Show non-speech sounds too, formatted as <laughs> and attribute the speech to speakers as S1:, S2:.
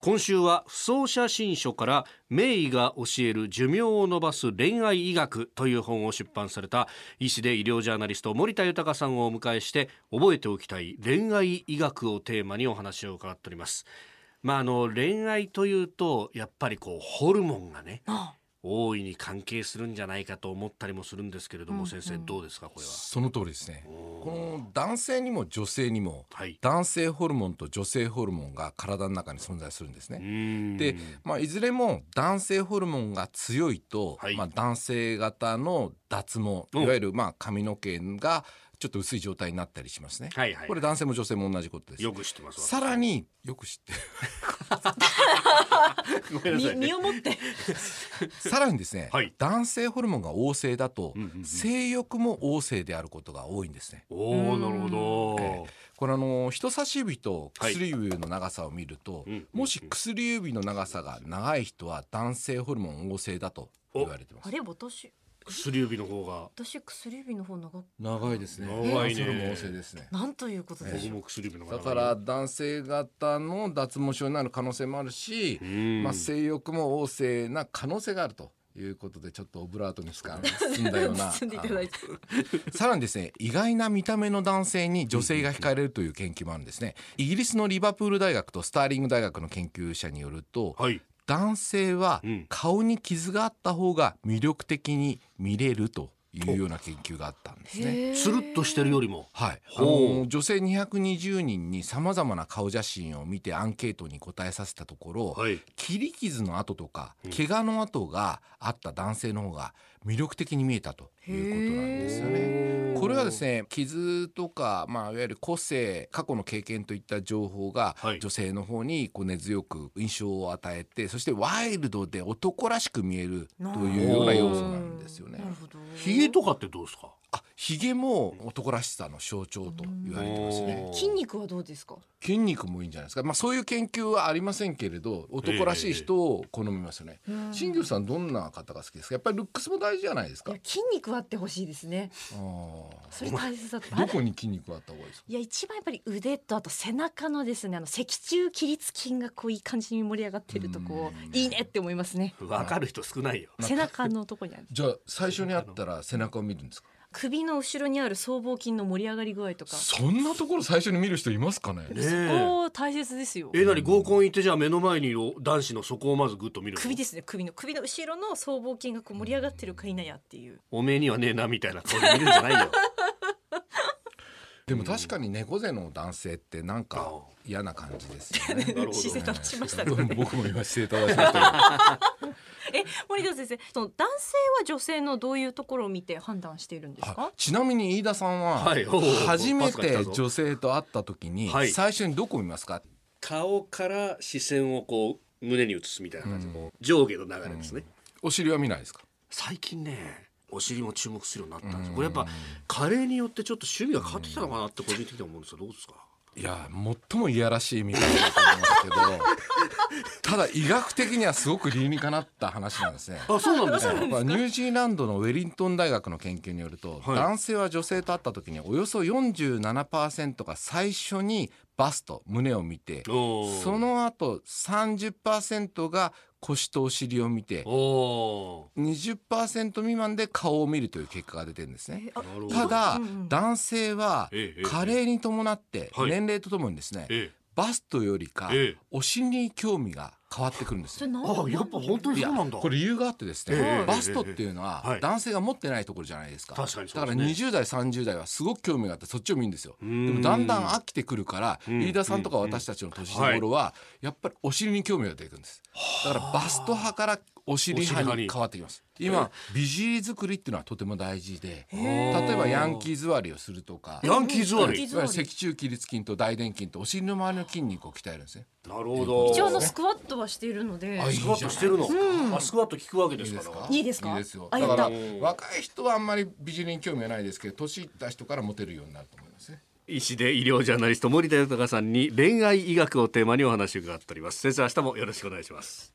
S1: 今週は「不走写真書」から「名医が教える寿命を延ばす恋愛医学」という本を出版された医師で医療ジャーナリスト森田豊さんをお迎えして覚えておきたい恋愛医学をテーマにお話を伺っております。まあ、あの恋愛というとやっぱりこうホルモンがね
S2: あ
S1: 大いに関係するんじゃないかと思ったりもするんですけれども、先生どうですかこれは。
S3: その通りですねこの男性にも女性にも、
S1: はい
S3: 男性ホルモンと女性ホルモンが体の中に存在するんですね。で、まあ、いずれも男性ホルモンが強いと、
S1: はい
S3: まあ、男性型の脱毛
S1: うん
S3: いわゆるまあ髪の毛がちょっと薄い状態になったりしますね。
S1: はいはい
S3: これ男性も女性も同じことです。
S1: よく知ってます
S3: さらによく知ってる
S1: <laughs> ごめんなさ
S2: み
S1: い
S2: 身をもって
S3: さらにですね、
S1: はい
S3: 男性ホルモンが旺盛だと、
S1: うんうんうん
S3: 性欲も旺盛であることが多いんですね。
S1: おおなるほど、
S3: えこれあの人差し指と
S1: はい
S3: 薬指の長さを見ると、
S1: うん
S3: もし薬指の長さが長い人は男性ホルモン旺盛だと言われてま
S2: あ
S3: す
S2: れ私
S1: 薬指の方が
S2: 私薬指の方長く
S3: 長いですね
S1: 長いね
S3: 男性ホルモン旺盛ですね
S2: なんということで
S1: 僕
S2: しょう
S1: も薬指の方が
S3: だから男性型の脱毛症になる可能性もあるし、
S1: ん
S3: まあ、性欲も旺盛な可能性があるということでちょっとオブラートに包んだ包んだような
S2: <laughs> 包んでいただいて
S3: さらにですね意外な見た目の男性に女性が惹かれるという研究もあるんですねイギリスのリバプール大学とスターリング大学の研究者によると、
S1: はい
S3: 男性は
S1: うん
S3: 顔に傷があった方が魅力的に見れるというような研究があったんですね。
S2: へー
S1: つるっとしてるよりも
S3: はい、あ
S1: ほう
S3: の女性220人にさまざまな顔写真を見てアンケートに答えさせたところ、
S1: はい
S3: 切り傷の跡とか怪我の跡があった男性の方が魅力的に見えたということなんですよね。これはですね傷とか、まあ、いわゆる個性過去の経験といった情報が
S1: はい
S3: 女性の方にこう根強く印象を与えてそしてワイルドで男らしく見えるというような要素なんですよね
S2: な。るほど
S1: ひげとかってどうですか
S3: あヒゲも男らしさの象徴と言われてますね。
S2: 筋肉はどうですか
S3: 筋肉もいいんじゃないですか、まあ、そういう研究はありませんけれど男らしい人を好みますよね。
S2: うん
S3: 新庄さんどんな方が好きですかやっぱりルックスも大事じゃないです
S2: い
S3: か
S2: や。筋肉はあってほしいですね
S3: あー
S2: それ大切だと
S3: どこに筋肉があった方がいいですか
S2: いや一番やっぱり腕とあと背中のですねあの脊柱起立筋がこういい感じに盛り上がってるとこいいねって思いますね
S1: わかる人少ないよ
S2: 背中のとこにある
S3: じゃあ最初に会ったら背中を見るんですか
S2: 首の後ろにある僧帽筋の盛り上がり具合とかそ
S3: そんなところ最初に見る人いますかね
S1: ねえ
S2: こを大切ですよ
S1: えなに合コン行ってじゃあ目の前にいる男子のそこをまずグッと見るの
S2: 首ですね首の首の後ろの僧帽筋がこう盛り上がってるか否やっていう
S1: おめえにはねえなみたいな顔で見るんじゃない <laughs> よ
S3: でも確かに猫背の男性ってなんか
S1: うん
S3: 嫌な感じですよね
S1: <laughs> なるほど
S3: <laughs>
S2: 姿勢正しましたね
S1: <laughs>
S3: どうも僕も今姿勢正しましたけ
S2: え森田先生その男性は女性のどういうところを見て判断しているんで
S3: ど
S2: す
S3: あ
S2: か
S3: ちなみに飯田さんは
S1: はいおう
S3: 初め
S1: パスが来た
S3: て
S1: ぞ
S3: 女性と会った時に
S1: はい
S3: 最初にどこ見ますか
S1: 顔から視線をこう胸に移すみたいな感じで、こう上下の流れですね、
S3: お尻は見ないですか
S1: 最近ねお尻も注目するようになったんですこれやっぱ加齢によってちょっと趣味が変わってきたのかなってこれ見てきて思うんですよどうですか
S3: いや最もいやらしい見方だと思うんです <laughs> けどただ医学的にはすごく理にかなった話なんですね
S1: あそうなんですか
S3: まあ、ニュージーランドのウェリントン大学の研究によると、
S1: はい
S3: 男性は女性と会った時におよそ47%が最初にバスト胸を見て
S1: おー
S3: その後30%が腰とお尻を見て
S1: お
S3: 20%未満で顔を見るという結果が出てるんですね。
S2: えあ
S1: ーなるほど
S3: ただ、
S2: うんうん
S3: 男性は
S1: ええええ
S3: 加齢に伴って
S1: はい
S3: 年齢とともにですね、
S1: ええ
S3: バストよりか
S1: ええ
S3: お尻に興味が変わってくるんですよ
S2: それなん
S1: あやっぱ本当に
S3: い
S1: そ
S3: や
S1: うなんだ
S3: これ理由があってですね、
S1: ええ
S3: バストっていうの
S1: えええ
S3: は
S1: え
S3: 男性が持ってないところじゃないですか,、
S1: 確かにそうで
S3: だか
S1: す
S3: ら
S1: ね
S3: 20代30代はすごく興味があってそっちを見るんですよ
S1: ー
S3: で
S1: ん
S3: もだんだん飽きてくるから
S1: うん
S3: 飯田さんとか私たちの年頃はやっぱりお尻に興味が出てくるんですだからバスト派からお尻
S1: お
S3: 派
S1: 尻派に
S3: に変わってきます今美尻作りっていうのはとても大事で
S1: へー
S3: 例えばヤンキー座りをするとか
S1: ヤンキー座
S2: ヤンキー
S1: り
S2: 座
S3: いわゆる脊柱起立筋と大臀筋とお尻の周りの筋肉を鍛えるんですね
S1: なるほど
S2: 一応あの
S1: ス
S2: スクワットはしているので
S3: あいい
S1: クワットしてるの、
S2: うん
S1: あスクワット効くわけで
S3: いい
S1: す
S3: で
S1: か
S3: す
S1: ら
S3: か。
S2: いいですか
S3: いいですよ。
S2: あや
S3: だ
S2: った
S3: から
S1: うん
S3: 若い人はあんまり美人に興味はないですけど、年いった人からモテるようになると思いますね。
S1: 医師で医療ジャーナリスト森田豊さんに恋愛医学をテーマにお話を伺っております先生明日もよろしくお願いします